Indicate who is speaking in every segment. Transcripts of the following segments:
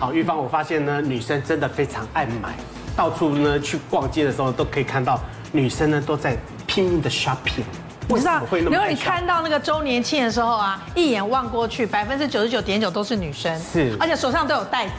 Speaker 1: 好，玉芳，我发现呢，女生真的非常爱买，到处呢去逛街的时候都可以看到女生呢都在拼命的 shopping。
Speaker 2: 你知道
Speaker 1: 为什么，会那
Speaker 2: 如
Speaker 1: 么
Speaker 2: 果
Speaker 1: 爱
Speaker 2: 你
Speaker 1: shopping？
Speaker 2: 看到那个周年庆的时候啊，一眼望过去，百分之九十九点九都是女生，
Speaker 1: 是
Speaker 2: 而且手上都有袋子，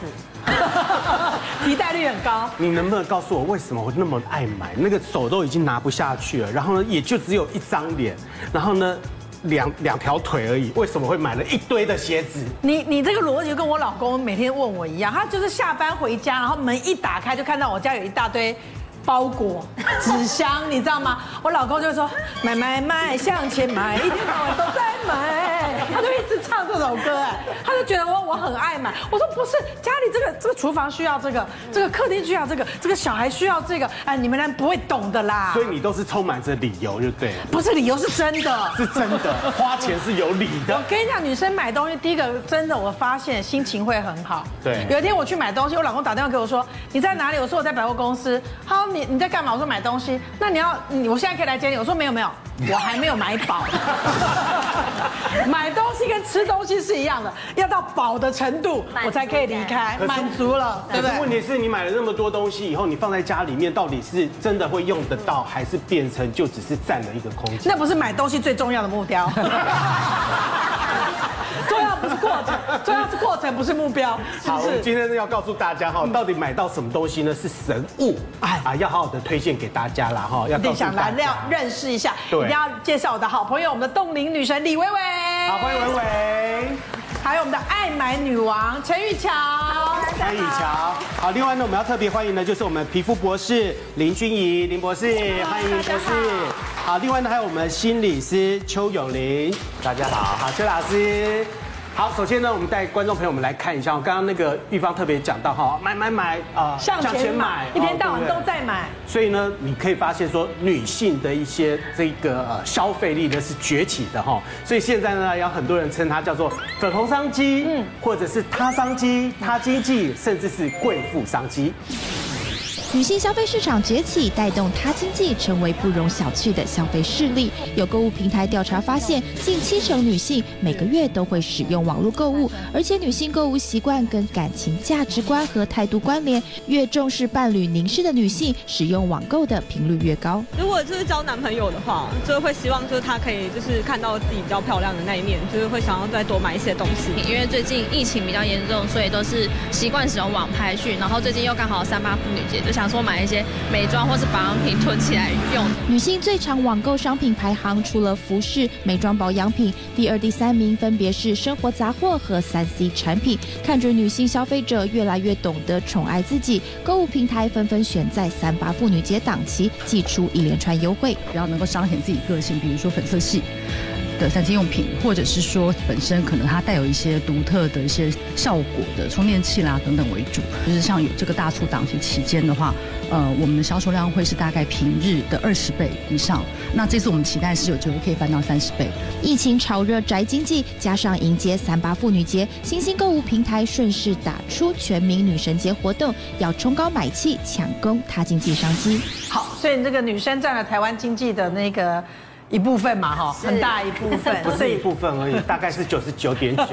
Speaker 2: 提袋率很高。
Speaker 1: 你能不能告诉我为什么我那么爱买？那个手都已经拿不下去了，然后呢，也就只有一张脸，然后呢，两两条腿而已，为什么会买了一堆的鞋子？
Speaker 2: 你你这个逻辑跟我老公每天问我一样，他就是下班回家，然后门一打开就看到我家有一大堆包裹、 纸箱，你知道吗？我老公就说买买买，向前买，一天到晚都在买，他就一直唱这首歌，哎，他就觉得我我很爱买。我说不是，家里这个这个厨房需要这个，这个客厅需要这个，这个小孩需要这个，哎，你们俩不会懂的啦。
Speaker 1: 所以你都是充满着理由就对了，
Speaker 2: 不是理由是真的，
Speaker 1: 是真的，花钱是有理的
Speaker 2: 我。跟你讲，女生买东西，第一个真的，我发现心情会很好。
Speaker 1: 对
Speaker 2: 有一天我去买东西，我老公打电话给我说：“你在哪里？”我说：“我在百货公司。”他说：“你你在干嘛？”我说：“买东西。”那你要，你我现在可以来接你？我说：“没有没有，我还没有买饱。 买东西跟吃东西是一样的，要到饱的程度，我才可以离
Speaker 1: 满
Speaker 2: 开，
Speaker 1: 足感
Speaker 2: 满足了，对
Speaker 1: 可
Speaker 2: 不
Speaker 1: 是问
Speaker 2: 对？
Speaker 1: 题是你买了那么多东西以后，你放在家里面，到底是真的会用得到，还是变成就只是占了一个空间？
Speaker 2: 那不是买东西最重要的目 标。”重要不是过程，重要是过程，不是目标，是
Speaker 1: 好，
Speaker 2: 不
Speaker 1: 我们
Speaker 2: 是？
Speaker 1: 今天呢要告诉大家哈，到底买到什么东西呢？是神物，
Speaker 2: 哎
Speaker 1: 啊，要好好的推荐给大家啦哈，要
Speaker 2: 一
Speaker 1: 告
Speaker 2: 定
Speaker 1: 诉
Speaker 2: 想
Speaker 1: 大
Speaker 2: 来
Speaker 1: 家
Speaker 2: 料。认识一下，一
Speaker 1: 对
Speaker 2: 定要介绍我的好朋友，我们的冻龄女神李薇薇，
Speaker 1: 好，欢迎文伟，
Speaker 2: 还有我们的爱买女王陈玉乔，
Speaker 1: 欢迎雨乔。好，另外呢，我们要特别欢迎的就是我们皮肤博士林君怡林博士，欢迎林博士。好，另外呢，还有我们心理呃师邱永林，
Speaker 3: 大家好，
Speaker 1: 好，邱老师。好，首先呢，我们带观众朋友们来看一下，刚刚那个玉芳特别讲到哈，买买买啊，
Speaker 2: 向前买，一天到晚
Speaker 1: 哦对
Speaker 2: 都。
Speaker 1: 不对
Speaker 2: 在买，
Speaker 1: 所以呢，你可以发现说，女性的一些这个呃消费力呢是崛起的哈。所以现在呢，有很多人称它叫做粉红商机，嗯，或者是他商机、他经济，甚至是贵妇商机。
Speaker 4: 女性消费市场崛起，带动她经济成为不容小觑的消费势力。有购物平台调查发现，近七成女性每个月都会使用网络购物，而且女性购物习惯跟感情价值观和态度关联，越重视伴侣凝视的女性，使用网购的频率越高。
Speaker 5: 如果就是交男朋友的话，就是会希望就是他可以就是看到自己比较漂亮的那一面，就是会想要再多买一些东西。
Speaker 6: 因为最近疫情比较严重，所以都是习惯使用网拍去，然后最近又刚好三八妇女节，就想说买一些美妆或是保养品囤起来用。
Speaker 4: 女性最常网购商品排行，除了服饰、美妆保养品，第二、第三名分别是生活杂货和三 C 产品。看准女性消费者越来越懂得宠爱自己，购物平台纷纷选在三八妇女节档期祭出一连串优惠。
Speaker 7: 不要能够彰显自己个性，比如说粉色系的三 C 用品，或者是说本身可能它带有一些独特的一些效果的充电器啦等等为主。就是像有这个大促档期期间的话，呃，我们的销售量会是大概平日的二十倍以上。那这次我们期待是有机会可以翻到三十倍。
Speaker 4: 疫情炒热宅经济，加上迎接三八妇女节，新兴购物平台顺势打出全民女神节活动，要冲高买气，抢攻她经济商机。
Speaker 2: 好，所以这个女生占了台湾经济的那个一部分嘛，哈，很大一部分，
Speaker 1: 不
Speaker 2: 所
Speaker 1: 是一
Speaker 2: 以
Speaker 1: 部分而已，大概是九十九点 九。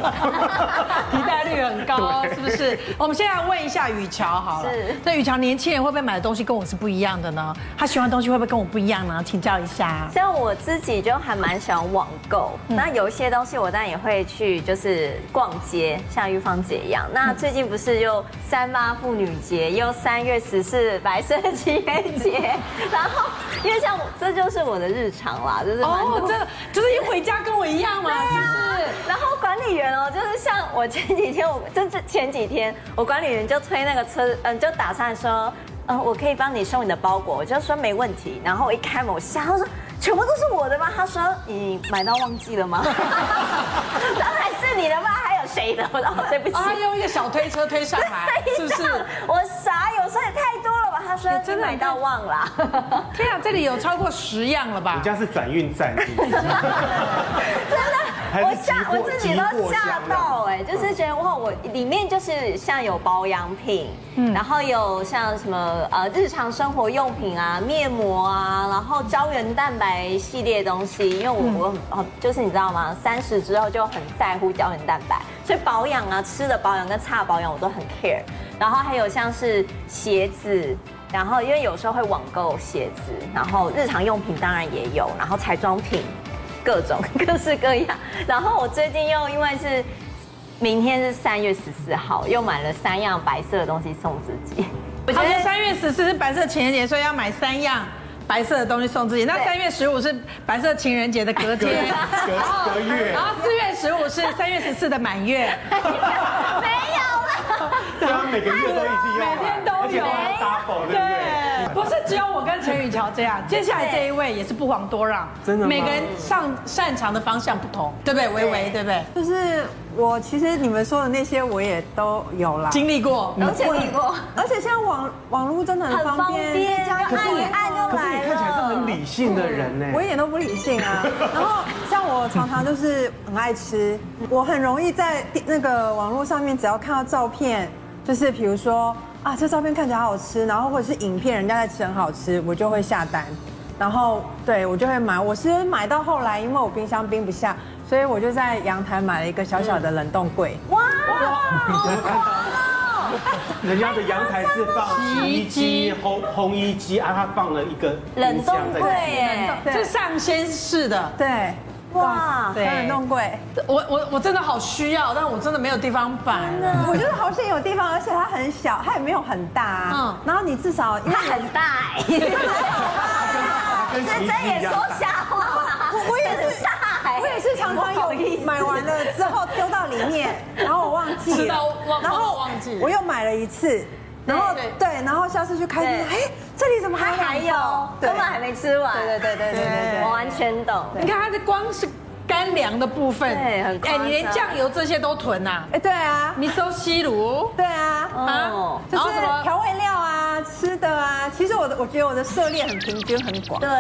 Speaker 2: 替代率很高，是不是？我们现在问一下雨乔好了
Speaker 8: 是，
Speaker 2: 这雨乔年轻人会不会买的东西跟我是不一样的呢？她喜欢的东西会不会跟我不一样呢？请教一下。
Speaker 8: 像我自己就还蛮喜欢网购，那有一些东西我当然也会去，就是逛街，像玉芳姐一样。那最近不是又三八妇女节，又三月十四白色情人节，然后因为像我这就是我的日常啦，就是蛮多
Speaker 2: 哦，这就是一回家跟我一样嘛，是不是？
Speaker 8: 然后管理员哦，就是像我前几天，我这这前几天，我管理员就推那个车，嗯、就打算说，嗯、我可以帮你收你的包裹，我就说没问题。然后我一开门，我吓，他说全部都是我的吗？他说你买到忘记了吗？当然是你的吗？还有谁的？我说哦对不 起。
Speaker 2: 啊，用一个小推车推上来，是不是？
Speaker 8: 我傻，有时候也太多了吧？他说
Speaker 2: 你真
Speaker 8: 真
Speaker 2: 的
Speaker 8: 买到忘了，
Speaker 2: 天啊，这里有超过十样了吧
Speaker 1: 人？家是转运站，是不是
Speaker 8: 真的
Speaker 1: 还
Speaker 8: 我
Speaker 1: 是急
Speaker 8: 吓
Speaker 1: 迫
Speaker 8: 我自己
Speaker 1: 急
Speaker 8: 都
Speaker 1: 迫
Speaker 8: 吓
Speaker 1: 香
Speaker 8: 到哎、就是觉得哇，我里面就是像有保养品，然后有像什么呃日常生活用品啊、面膜啊，然后胶原蛋白系列东西，因为我、我很很就是你知道吗？三十之后就很在乎胶原蛋白，所以保养啊、吃的保养跟擦的保养我都很 care，然后还有像是鞋子。然后，因为有时候会网购鞋子，然后日常用品当然也有，然后彩妆品，各种 各式各样。然后我最近又因为是明天是三月十四号，又买了三样白色的东西送自己。我
Speaker 2: 他说三月十四是白色情人节，所以要买三样白色的东西送自己。那
Speaker 8: 对
Speaker 2: 三月十五是白色情人节的隔天，哦
Speaker 1: 隔隔月
Speaker 2: 然，后四月十五是三月十四的满月。
Speaker 8: 没有了，
Speaker 1: 对啊，每个月 都一定要买，
Speaker 2: 每天都
Speaker 1: 而
Speaker 2: 有
Speaker 1: 且都要 double，对不对？
Speaker 2: 对，不是只有我跟陈宇乔这样，接下来这一位也是不遑多让，
Speaker 1: 真的吗
Speaker 2: 每个人上擅长的方向不同，对不对？维维，对不对？
Speaker 3: 就是我其实你们说的那些我也都有啦，
Speaker 2: 经历过，
Speaker 8: 而且你过
Speaker 3: 而且现在网网络真的很
Speaker 8: 很
Speaker 3: 方
Speaker 8: 方
Speaker 3: 便，
Speaker 8: 便，
Speaker 3: 一家
Speaker 8: 就按一按
Speaker 1: 可
Speaker 8: 就
Speaker 1: 是
Speaker 8: 来
Speaker 1: 你
Speaker 8: 了。
Speaker 1: 看起来是很理性的人呢，
Speaker 3: 我一点都不理 性啊。然后像我常常就是很爱吃，我很容易在那个网络上面只要看到照片，就是比如说啊这照片看起来好好吃，然后或者是影片人家在吃很好吃，我就会下单。然后对我就会买，我是买到后来，因为我冰箱冰不下，所以我就在阳台买了一个小小的冷冻柜。
Speaker 8: 哇，
Speaker 1: 人家的阳台是放洗衣机、烘烘衣机啊，他放了一个
Speaker 8: 冷
Speaker 1: 冰
Speaker 8: 冻
Speaker 1: 箱在里
Speaker 8: 柜
Speaker 1: 面
Speaker 8: 耶，
Speaker 3: 对
Speaker 2: 是上仙式的。
Speaker 3: 对，
Speaker 8: 哇，
Speaker 2: 对
Speaker 3: 冷冻柜。
Speaker 2: 我我我真的好需要，但我真的没有地方摆。
Speaker 3: 我觉得好险有地方，而且它很小，它也没有很大、啊。
Speaker 2: 嗯
Speaker 3: 嗯，然后你至少因为
Speaker 8: 它很大 哎，
Speaker 1: 跟洗
Speaker 8: 这
Speaker 1: 衣机
Speaker 8: 睁眼
Speaker 1: 一样
Speaker 8: 说
Speaker 1: 大。
Speaker 8: 瞎话，
Speaker 3: 我也是
Speaker 8: 很大哎，
Speaker 3: 我也是常常
Speaker 8: 不好意
Speaker 3: 有
Speaker 8: 思
Speaker 3: 买完了之后丢到里 面，然后我忘记了，
Speaker 2: 知道忘
Speaker 3: 然后
Speaker 2: 忘记了
Speaker 3: 我又买了一次，然后
Speaker 2: 对
Speaker 3: 对，然后下次去开店，
Speaker 8: 对
Speaker 3: 哎，这里怎么还
Speaker 8: 它还
Speaker 3: 有
Speaker 8: 有
Speaker 3: 两包？，对
Speaker 8: 根本还没吃完。
Speaker 3: 对对对对对对对
Speaker 8: 我完全懂。
Speaker 2: 你看它的光是干粮的部分，
Speaker 8: 对很夸
Speaker 2: 哎，
Speaker 8: 张
Speaker 2: 你连酱油这些都囤呐，
Speaker 3: 哎，对啊，
Speaker 2: 你收西炉
Speaker 3: 对啊，
Speaker 8: 哦
Speaker 2: 啊，
Speaker 3: 就
Speaker 2: 然后
Speaker 3: 是
Speaker 2: 什么
Speaker 3: 调味料啊，吃的啊，其实我的我觉得我的涉猎很平均很广
Speaker 8: 对，。真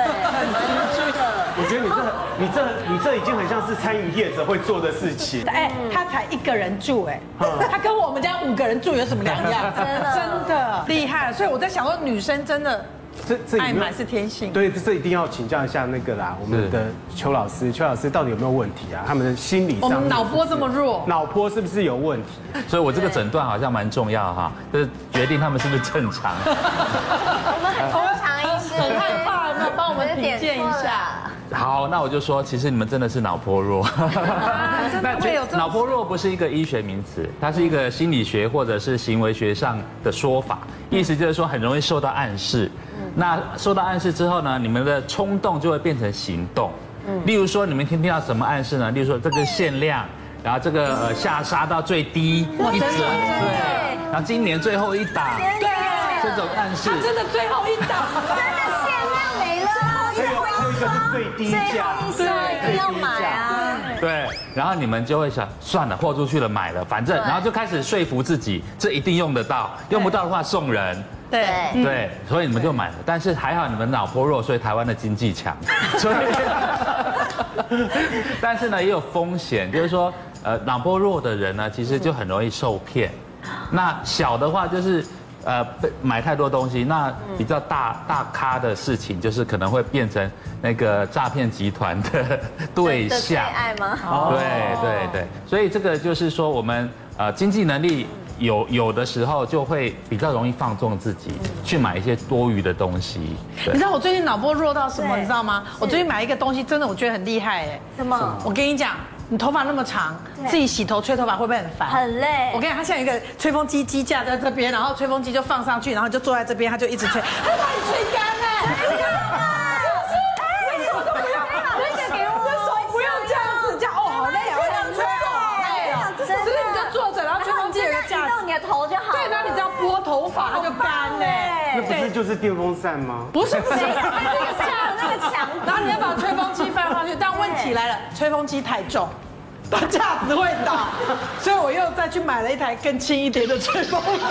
Speaker 8: 的。
Speaker 1: 我觉得你这很、你这、你这已经很像是餐饮业者会做的事 情。
Speaker 2: 哎、
Speaker 8: 嗯
Speaker 2: 他才一个人住哎、
Speaker 1: 嗯
Speaker 2: 他跟我们家五个人住有什么两样？
Speaker 8: 真的
Speaker 2: 真的厉害，所以我在想说，女生真的
Speaker 1: 这这有
Speaker 2: 爱
Speaker 1: 没有
Speaker 2: 买是天性。
Speaker 1: 对，这一定要请教一下那个啦，我们的邱老师，邱老师到底有没有问题啊？他们的心理上，
Speaker 2: 我们脑波这么弱
Speaker 1: 脑波是不是有问题？
Speaker 9: 所以我这个诊断好像蛮重要哈，就是决定他们是不是正常。
Speaker 8: 我们很正常医师，
Speaker 2: 很害怕有没有帮我们
Speaker 8: 有
Speaker 2: 评
Speaker 8: 点
Speaker 2: 鉴一
Speaker 8: 错
Speaker 2: 下
Speaker 8: 了？
Speaker 9: 好，那我就说，其实你们真的是脑波弱。
Speaker 2: 啊真 的会有这
Speaker 9: 脑
Speaker 2: 种。
Speaker 9: 波弱不是一个医学名词，它是一个心理学或者是行为学上的说法，意思就是说很容易受到暗示。那受到暗示之后呢，你们的冲动就会变成行动。例如说，你们听听到什么暗示呢？例如说这个限量，然后这个呃下杀到最低一折，对，然后今年最后一档，
Speaker 8: 对，
Speaker 9: 这种暗示
Speaker 2: 他。真的最后一档了，
Speaker 8: 真的限量没了，
Speaker 1: 还有还有一个是最低价，
Speaker 8: 最后一定要买啊！
Speaker 9: 对，然后你们就会想，算了，豁出去了，买了，反正，然后就开始说服自己，这一定用得到，用不到的话送人。
Speaker 2: 对
Speaker 8: 对，
Speaker 9: 对，所以你们就买了。但是还好你们脑波弱，所以台湾的经济强。所以， 但是呢也有风险，就是说，呃，脑波弱的人呢，其实就很容易受骗。那小的话就是。呃，被买太多东西，那比较大大咖的事情，就是可能会变成那个诈骗集团的对
Speaker 8: 的最
Speaker 9: 象。
Speaker 8: 爱吗？
Speaker 9: 对对对，所以这个就是说，我们呃经济能力有有的时候就会比较容易放纵自己，去买一些多余的东西。
Speaker 2: 你知
Speaker 9: 对，
Speaker 2: 道我最近脑波弱到什么？
Speaker 8: 对
Speaker 2: 你知道吗？我最近买一个东西，真的我觉得很厉害哎。
Speaker 8: 什么？
Speaker 2: 我跟你讲，你头发那么长，
Speaker 8: 对
Speaker 2: 自己洗头吹头发会不会很烦？
Speaker 8: 很累
Speaker 2: 我
Speaker 10: 哦
Speaker 2: 跟你讲，它像一个吹风机机架在这边，然后吹风机就放上去，然后你就坐在这边，它就一直吹，它把你吹干了。是不是？为什么都不要？
Speaker 8: 那个给我
Speaker 2: 为什么不要这样子？这样哦，好累啊，好想吹哦，好累哦。
Speaker 8: 真的
Speaker 2: 所以你就坐着，然后吹风机有个架
Speaker 8: 移动
Speaker 2: 子，
Speaker 8: 啊你的头就好。
Speaker 2: 对，然后你只要拨头发，它就干嘞。
Speaker 1: 那不是就是电风扇吗？
Speaker 2: 不是不是，
Speaker 8: 那个下那个墙
Speaker 2: 然后你要把吹风机放上去，但问题来了，吹风机太重。它架子会 倒，所以我又再去买了一台更轻一点的吹风机。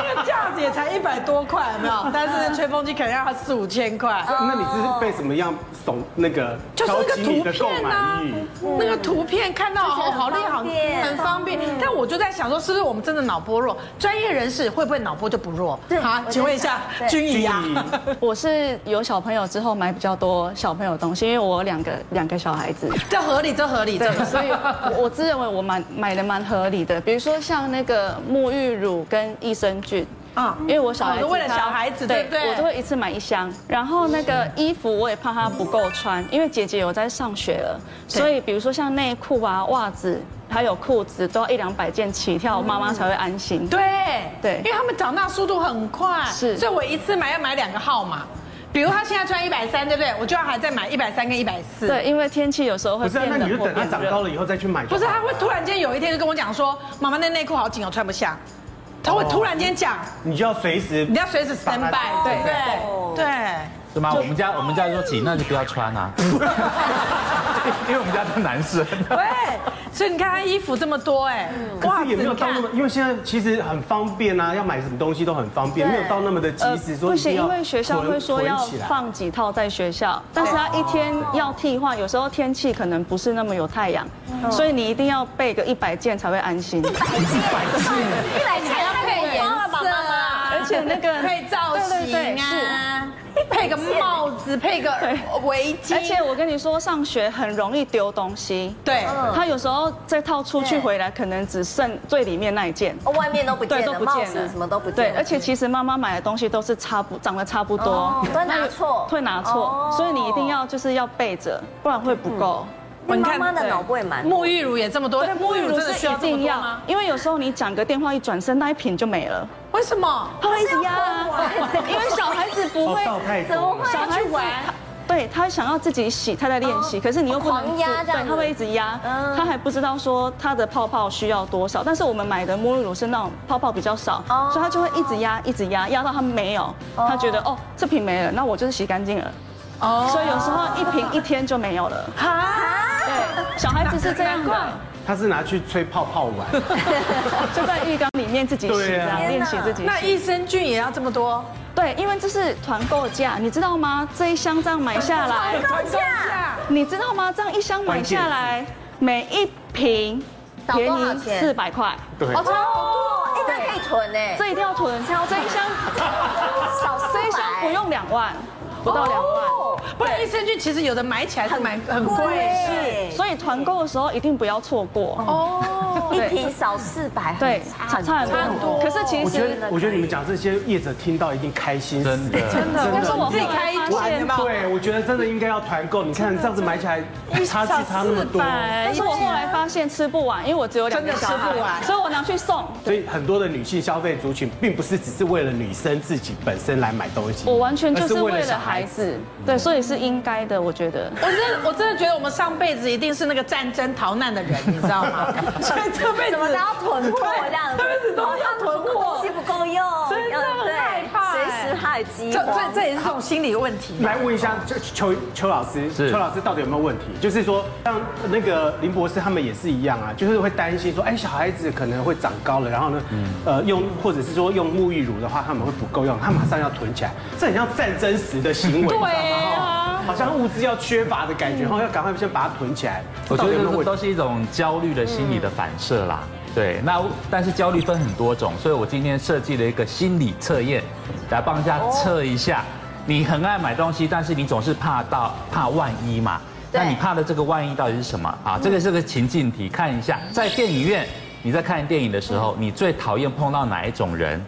Speaker 2: 那个架样子也才一百多块，有没
Speaker 8: 嗯
Speaker 2: 有？但是吹风机可能要它四五千块。
Speaker 1: 那你是被什么样怂那个
Speaker 2: 哦就是
Speaker 1: 挑
Speaker 2: 那
Speaker 1: 起
Speaker 2: 个
Speaker 1: 你
Speaker 2: 图
Speaker 1: 的购
Speaker 2: 片
Speaker 1: 买
Speaker 2: 啊
Speaker 1: 欲？，
Speaker 8: 嗯
Speaker 2: 那个图片看到好好厉害，
Speaker 8: 方便嗯
Speaker 2: 很方便。但我就在想说，是不是我们真的脑波弱？专业人士会不会脑波就不弱？
Speaker 8: 对
Speaker 2: 好
Speaker 8: 我，在
Speaker 2: 请问一下
Speaker 8: 想对
Speaker 2: 君怡啊
Speaker 1: 君，
Speaker 10: 我是有小朋友之后买比较多小朋友东西，因为我有两个两个小孩子，
Speaker 2: 这合理，这合理，这
Speaker 10: 对
Speaker 2: 合，理
Speaker 10: 所以我我自认为我买买的蛮合理的，比如说像那个沐浴乳跟益生菌。
Speaker 2: 啊
Speaker 10: 啊，因为我小孩子
Speaker 2: 哦
Speaker 10: 他，
Speaker 2: 都为了小孩子对不对
Speaker 10: 我都会一次买一箱。然后那个衣服我也怕他不够穿，因为姐姐有在上学了，
Speaker 2: 对
Speaker 10: 所以比如说像内裤啊、袜子还有裤子都要一两百件起跳，妈妈才会安心。
Speaker 2: 对
Speaker 10: 对
Speaker 2: 因为他们长大速度很快，
Speaker 10: 是
Speaker 2: 所以我一次买要买两个号码。比如他现在穿一百三，对不对？我就要还在买一百三跟一百四。
Speaker 10: 对，，因为天气有时候
Speaker 1: 不
Speaker 10: 会
Speaker 1: 是、啊，
Speaker 10: 变
Speaker 1: 那你
Speaker 10: 冷
Speaker 1: 就
Speaker 10: 或
Speaker 1: 等他
Speaker 10: 变
Speaker 1: 长
Speaker 10: 热
Speaker 1: 高。了以后再去买就
Speaker 2: 不
Speaker 1: 好
Speaker 2: 是
Speaker 1: 了。
Speaker 10: 啊
Speaker 2: 他会突然间有一天就跟我讲说：“妈妈，那内裤好紧哦，穿不下。”他会突然间讲，
Speaker 1: 你就要随时
Speaker 2: 你要随时 stand
Speaker 1: 把
Speaker 2: by，
Speaker 1: 它
Speaker 2: 对对
Speaker 8: 哦
Speaker 2: 对。
Speaker 9: 是吗？我们家我们家说紧，那就不要穿啊， 因为我们家都男生。
Speaker 2: 对，所以你看他衣服这么多哎，
Speaker 10: 嗯
Speaker 1: 可是也没有到那
Speaker 2: 你
Speaker 1: 么
Speaker 2: 看，
Speaker 1: 因为现在其实很方便啊，要买什么东西都很方便，没有到那么的及时说
Speaker 10: 呃不
Speaker 1: 一定
Speaker 10: 行，
Speaker 1: 要
Speaker 10: 因为学校
Speaker 1: 囤
Speaker 10: 会说要
Speaker 1: 囤起来
Speaker 10: 放几套在学校，但是他一天要替换，有时候天气可能不是那么有太阳，
Speaker 1: 嗯
Speaker 10: 所以你一定要备个一百件才会 安心。
Speaker 8: 一来钱要配颜色啊，
Speaker 10: 而且那个
Speaker 2: 配造
Speaker 10: 对
Speaker 2: 型
Speaker 10: 对对
Speaker 2: 啊，配个帽子，配个围巾，
Speaker 10: 而且我跟你说，上学很容易丢东西。
Speaker 2: 对，
Speaker 1: 嗯
Speaker 10: 他有时候这套出去
Speaker 8: 对
Speaker 10: 回来，可能只剩最里面那一件。
Speaker 8: 哦外面都不
Speaker 10: 对，
Speaker 8: 见
Speaker 10: 都
Speaker 8: 了，
Speaker 10: 不
Speaker 8: 帽
Speaker 10: 见
Speaker 8: 子
Speaker 10: 了，
Speaker 8: 什么都不
Speaker 10: 对
Speaker 8: 见，了。
Speaker 10: 而且其实妈妈买的东西都是差不长得差不多
Speaker 8: 哦，会拿
Speaker 10: 那有
Speaker 8: 错
Speaker 10: 会拿
Speaker 8: 哦嗯
Speaker 10: 错，所以你一定要就是要备着，不然会不够。
Speaker 2: 嗯
Speaker 8: 那妈妈的脑部也蛮
Speaker 2: 沐浴乳也这么多，但沐浴乳真的需
Speaker 10: 是一
Speaker 2: 要这么
Speaker 10: 定
Speaker 2: 多
Speaker 10: 要
Speaker 2: 吗？，
Speaker 10: 因为有时候你讲个电话一转身，那一瓶就没
Speaker 8: 哦
Speaker 10: 了，
Speaker 2: 为什 么？
Speaker 10: 他会一直压啊，因为小孩子不
Speaker 1: 哦
Speaker 10: 会，
Speaker 1: 倒太多了。
Speaker 10: 小孩子他对他想要自己洗，他在练习，可是你又不能
Speaker 8: 哦狂压这样
Speaker 10: 对，
Speaker 8: 子
Speaker 10: 他会一直压，
Speaker 8: 嗯
Speaker 10: 他还不知道说他的泡泡需要多少，但是我们买的沐浴乳是那种泡泡比较少，
Speaker 8: 哦
Speaker 10: 所以他就会一直压，一直压，压到他没有，他觉得哦这瓶没了，那我就是洗干净了，
Speaker 2: 哦，
Speaker 10: 所以有时候一瓶一天就没有了，
Speaker 2: 啊，
Speaker 10: 对，小孩子是这样的，
Speaker 1: 他是拿去吹泡泡玩，
Speaker 10: 就在浴缸里面自己洗，
Speaker 1: 对啊
Speaker 10: 这样练习自己洗。
Speaker 2: 那益生菌也要这么多？
Speaker 10: 对，因为这是团购价，你知道吗？这一箱这样买下来，
Speaker 2: 团购价
Speaker 10: 你知道吗？这样一箱买下来，每一瓶
Speaker 8: 少
Speaker 10: 便
Speaker 8: 多少
Speaker 10: 宜
Speaker 8: 钱
Speaker 10: 四百块，
Speaker 1: 对，
Speaker 2: 哦，
Speaker 8: 哦，哎，那可以囤哎，
Speaker 10: 这一定要囤。这一箱，
Speaker 8: 少四
Speaker 10: 这一箱
Speaker 8: 百
Speaker 10: 不用两万，不到两万。
Speaker 8: 哦
Speaker 2: 不然益生菌其实有的买起来是蛮很贵，
Speaker 8: 对
Speaker 10: 所以团购的时候一定不要错过。
Speaker 2: 哦，
Speaker 8: 一瓶少四百，
Speaker 10: 对，
Speaker 8: 差差
Speaker 10: 差差
Speaker 8: 很多。
Speaker 10: 很多。可是其
Speaker 1: 我觉
Speaker 10: 实，
Speaker 1: 得我觉得你们讲这些业者听到一定开心死，
Speaker 9: 真的真
Speaker 10: 但是我
Speaker 2: 自己开一
Speaker 10: 后来发
Speaker 2: 间
Speaker 10: 现
Speaker 2: 吧
Speaker 1: 对，我觉得真的应该要团购。你看这样子买起来，差距差那么多，
Speaker 10: 但是我哎后来发现吃不完，因为我只有两个
Speaker 2: 真的
Speaker 10: 小
Speaker 2: 吃
Speaker 10: 孩
Speaker 2: 不完，
Speaker 10: 所以我拿去送。
Speaker 1: 所以很多的女性消费族群，并不是只是为了女生自己本身来买东西，
Speaker 10: 我完全就
Speaker 1: 而
Speaker 10: 是为
Speaker 1: 小
Speaker 10: 了孩子，对，所以是应该的，我觉得。
Speaker 2: 我真的我真的觉得我们上辈子一定是那个战争逃难的人，你知道吗？ 所以这辈子
Speaker 8: 怎么都要囤货这样子，
Speaker 2: 对这辈子都要囤货
Speaker 8: 东西不够用，
Speaker 2: 真的
Speaker 8: 要对
Speaker 2: 很害怕
Speaker 8: 随
Speaker 2: 哎
Speaker 8: 时还有 饥
Speaker 2: 这
Speaker 8: 荒。
Speaker 2: 这这也是种心理问题。
Speaker 1: 来问一下邱邱邱老师，
Speaker 9: 是
Speaker 1: 邱老师到底有没有问题？就是说，像那个林博士他们也是一样啊，就是会担心说，哎，小孩子可能会长高了，然后呢，
Speaker 9: 嗯
Speaker 1: 呃，用或者是说用沐浴乳的话，他们会不够用，他马上要囤起来，这很像战争时的行为，对啊，好像物资要缺乏的感觉，然后要赶快先把它囤起来。
Speaker 9: 我觉
Speaker 1: 到底有没有
Speaker 9: 得
Speaker 1: 问
Speaker 9: 都
Speaker 1: 题？
Speaker 9: 是一种焦虑的心理的反射啦。对，那但是焦虑分很多种，所以我今天设计了一个心理测验，来帮大家测一下。你很爱买东西，但是你总是怕到怕万一嘛？
Speaker 8: 对
Speaker 9: 那你怕的这个万一到底是什么啊？这个是个情境题，看一
Speaker 2: 嗯
Speaker 9: 下，在电影院你在看电影的时候，你最讨厌碰到哪一种人？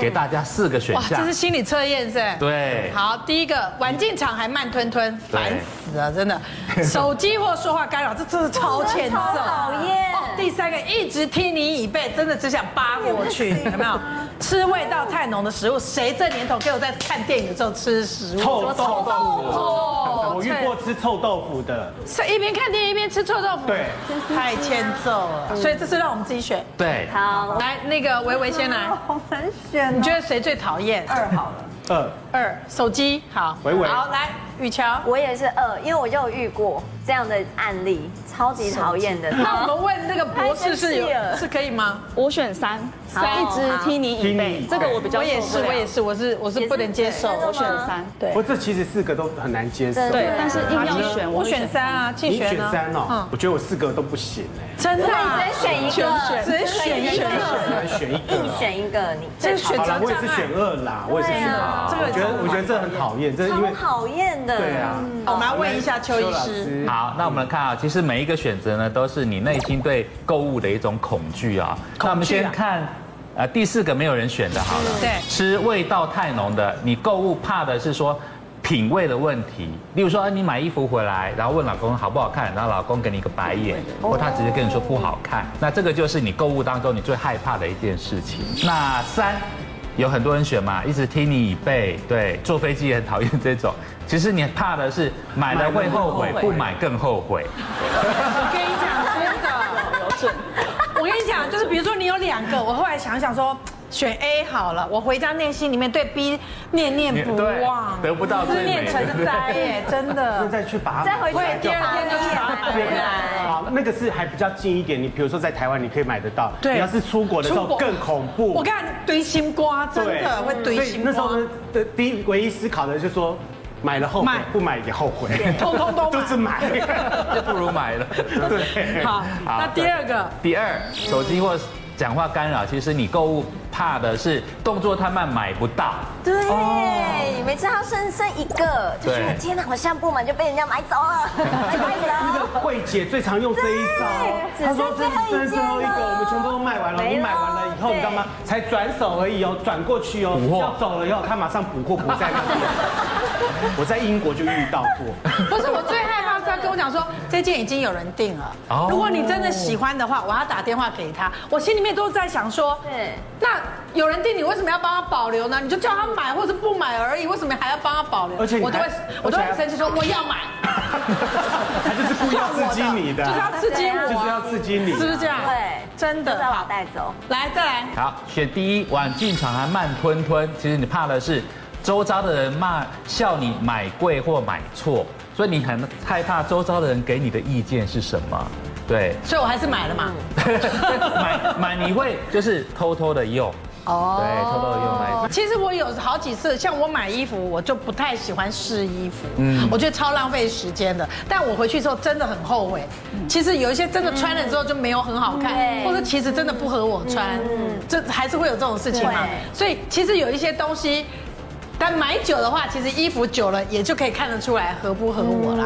Speaker 9: 给大家四个选
Speaker 2: 嗯哇，这
Speaker 9: 项
Speaker 2: 是。心理测验是？。
Speaker 9: 对，
Speaker 2: 好，第一个玩进场还慢吞吞，
Speaker 9: 对
Speaker 2: 烦死 了，真的。手机或说话干扰，这真的超欠揍，
Speaker 8: 真的超讨厌
Speaker 2: 哦第三个一直踢你椅背，真的只想扒过 去，
Speaker 8: 啊
Speaker 2: 有没有？吃味道太浓的食物，谁这年头给我在看电影的时候吃食物？
Speaker 1: 臭豆腐，
Speaker 2: 哦嗯
Speaker 1: 我遇过吃臭豆腐的，
Speaker 2: 是一边看电影一边吃臭豆腐，
Speaker 1: 对，
Speaker 2: 太欠揍了。所以这次让我们自己选，
Speaker 9: 对，
Speaker 8: 好，
Speaker 2: 来，那个维维先
Speaker 8: 嗯
Speaker 2: 来，
Speaker 3: 好难选哦。
Speaker 2: 你觉得谁最讨厌？
Speaker 3: 二好了，
Speaker 1: 呃，
Speaker 2: 二手机好，
Speaker 1: 维维
Speaker 2: 好来，雨乔，
Speaker 8: 我也是二，因为我就有遇过这样的案例，超级讨厌的。
Speaker 2: 那我们问那个博士是有
Speaker 8: 太生气了
Speaker 2: 是可以吗？哦
Speaker 10: 我选三，
Speaker 8: 好
Speaker 10: 三一直踢你椅背，这个我比较
Speaker 2: 我也
Speaker 10: 受
Speaker 2: 是，
Speaker 10: 不了
Speaker 2: 我也是，我是我是不能接受
Speaker 8: 也。是
Speaker 10: 我选三，对
Speaker 1: 不，这其实四个都很难接受。
Speaker 10: 对，但是硬要选，
Speaker 2: 我
Speaker 10: 我
Speaker 2: 选
Speaker 10: 选
Speaker 2: 三啊，
Speaker 1: 你
Speaker 2: 弃
Speaker 1: 选
Speaker 2: 呢？嗯
Speaker 1: 三哦，我觉得我四个都不行哎，
Speaker 2: 真的啊，
Speaker 8: 只能选一个，
Speaker 2: 只能选一
Speaker 1: 只
Speaker 2: 个。
Speaker 1: 能选一个
Speaker 8: 硬
Speaker 1: 了。
Speaker 8: 嗯选一个，你
Speaker 2: 这是选
Speaker 1: 好
Speaker 2: 择啊
Speaker 1: 了，我也
Speaker 2: 障
Speaker 1: 是
Speaker 2: 碍
Speaker 1: 选二啦，我也是选二。
Speaker 2: 对啊
Speaker 1: 我觉得我觉得这很讨厌，这因
Speaker 8: 超
Speaker 1: 为
Speaker 8: 讨厌的。
Speaker 1: 对啊，
Speaker 2: 好我们来问一下邱医师，
Speaker 1: 师
Speaker 9: 好，那我们来看啊，其实每一个选择呢，都是你内心对购物的一种恐惧啊。那我们先看，呃，第四个没有人选的，好了，
Speaker 2: 对
Speaker 9: 吃味道太浓的，你购物怕的是说。品味的问题，例如说，呃你买衣服回来，然后问老公好不好看，然后老公给你一个白眼，或他直接跟你说不好看，那这个就是你购物当中你最害怕的一件事情。那三，有很多人选嘛，一直踢你椅背，对，坐飞机也很讨厌这种。其实你怕的是买了会后悔，不买更后悔。
Speaker 2: 我跟你讲真的，我跟你讲，就是比如说你有两个，我后来想想说。选 A 好了，我回家内心里面对 B 念念不忘，
Speaker 9: 对得不到最
Speaker 2: 思
Speaker 9: 美
Speaker 2: 念成灾 耶，真
Speaker 1: 那
Speaker 2: 的。
Speaker 1: 再去把它
Speaker 8: 再回去
Speaker 2: 会第二天就去把它买回
Speaker 8: 来。
Speaker 1: 好，那个是还比较近一点，你比如说在台湾你可以买得到，
Speaker 2: 对
Speaker 1: 你要是出国的时
Speaker 2: 出
Speaker 1: 候
Speaker 2: 国
Speaker 1: 更恐怖。
Speaker 2: 我看堆心瓜，真
Speaker 1: 对
Speaker 2: 的会堆
Speaker 1: 所以
Speaker 2: 心瓜。
Speaker 1: 那时候呢，的第一唯一思考的就是说，买了后悔
Speaker 2: 买，
Speaker 1: 不买也后悔，
Speaker 2: 通 通都买
Speaker 1: 都是买。
Speaker 9: 就不如买了。
Speaker 1: 对
Speaker 2: 好那第二个，
Speaker 9: 啊第二，手机或讲话干扰，其实你购物怕的是动作太慢买不到。
Speaker 8: 对，每次他剩剩一个，就觉得
Speaker 9: 对
Speaker 8: 天哪，我现在不满就被人家买走了，买
Speaker 1: 那个
Speaker 8: 走。
Speaker 1: 慧姐最常用这一招，
Speaker 8: 对
Speaker 1: 她说
Speaker 8: 只剩
Speaker 1: 这是最后一
Speaker 8: 最后一件
Speaker 1: 个，
Speaker 8: 了
Speaker 1: 我们全部都卖完了。
Speaker 8: 没了
Speaker 1: 你买完了以后，
Speaker 8: 对
Speaker 1: 你知道吗？才转手而已哦，转过去哦
Speaker 9: 补，货
Speaker 1: 要走了以后，她马上补货不在那边。 我在英国就遇到过，
Speaker 2: 不是我最害怕是他跟我讲说这件已经有人订了
Speaker 9: 哦，
Speaker 2: 如果你真的喜欢的话，我要打电话给他。我心里面都在想说，
Speaker 8: 对
Speaker 2: 那有人订你为什么要帮他保留呢？你就叫他买或者不买而已，为什么还要帮他保留？
Speaker 1: 而且你
Speaker 2: 我都
Speaker 1: 还
Speaker 2: 会我都
Speaker 1: 而且
Speaker 2: 会
Speaker 1: 还
Speaker 2: 生气说我要 买，
Speaker 1: 她就是故意要刺激你的
Speaker 2: 就，是要刺激我啊，
Speaker 1: 就是要刺激你
Speaker 2: 是不是这样？
Speaker 8: 对
Speaker 2: 真
Speaker 8: 就是
Speaker 2: 的
Speaker 8: 要把
Speaker 2: 好
Speaker 8: 我，带走。
Speaker 2: 来再来，
Speaker 9: 好，选第一，晚进场还慢吞吞，其实你怕的是周遭的人骂笑你买贵或买错，所以你很害怕周遭的人给你的意见是什么。对，
Speaker 2: 所以我还是买了
Speaker 8: 嗯
Speaker 2: 嘛。
Speaker 9: 买买你会就是偷偷的用，
Speaker 2: 哦
Speaker 9: 对，偷偷的用来
Speaker 2: 其实我有好几次，像我买衣服，我就不太喜欢试衣服，嗯，我觉得超浪费时间的。但我回去之后真的很后悔。其实有一些真的穿了之后就没有很好看，
Speaker 8: 对
Speaker 2: 或者其实真的不合我穿，这还是会有这种事情嘛。
Speaker 8: 对
Speaker 2: 所以其实有一些东西，但买久的话，其实衣服久了也就可以看得出来合不合我啦。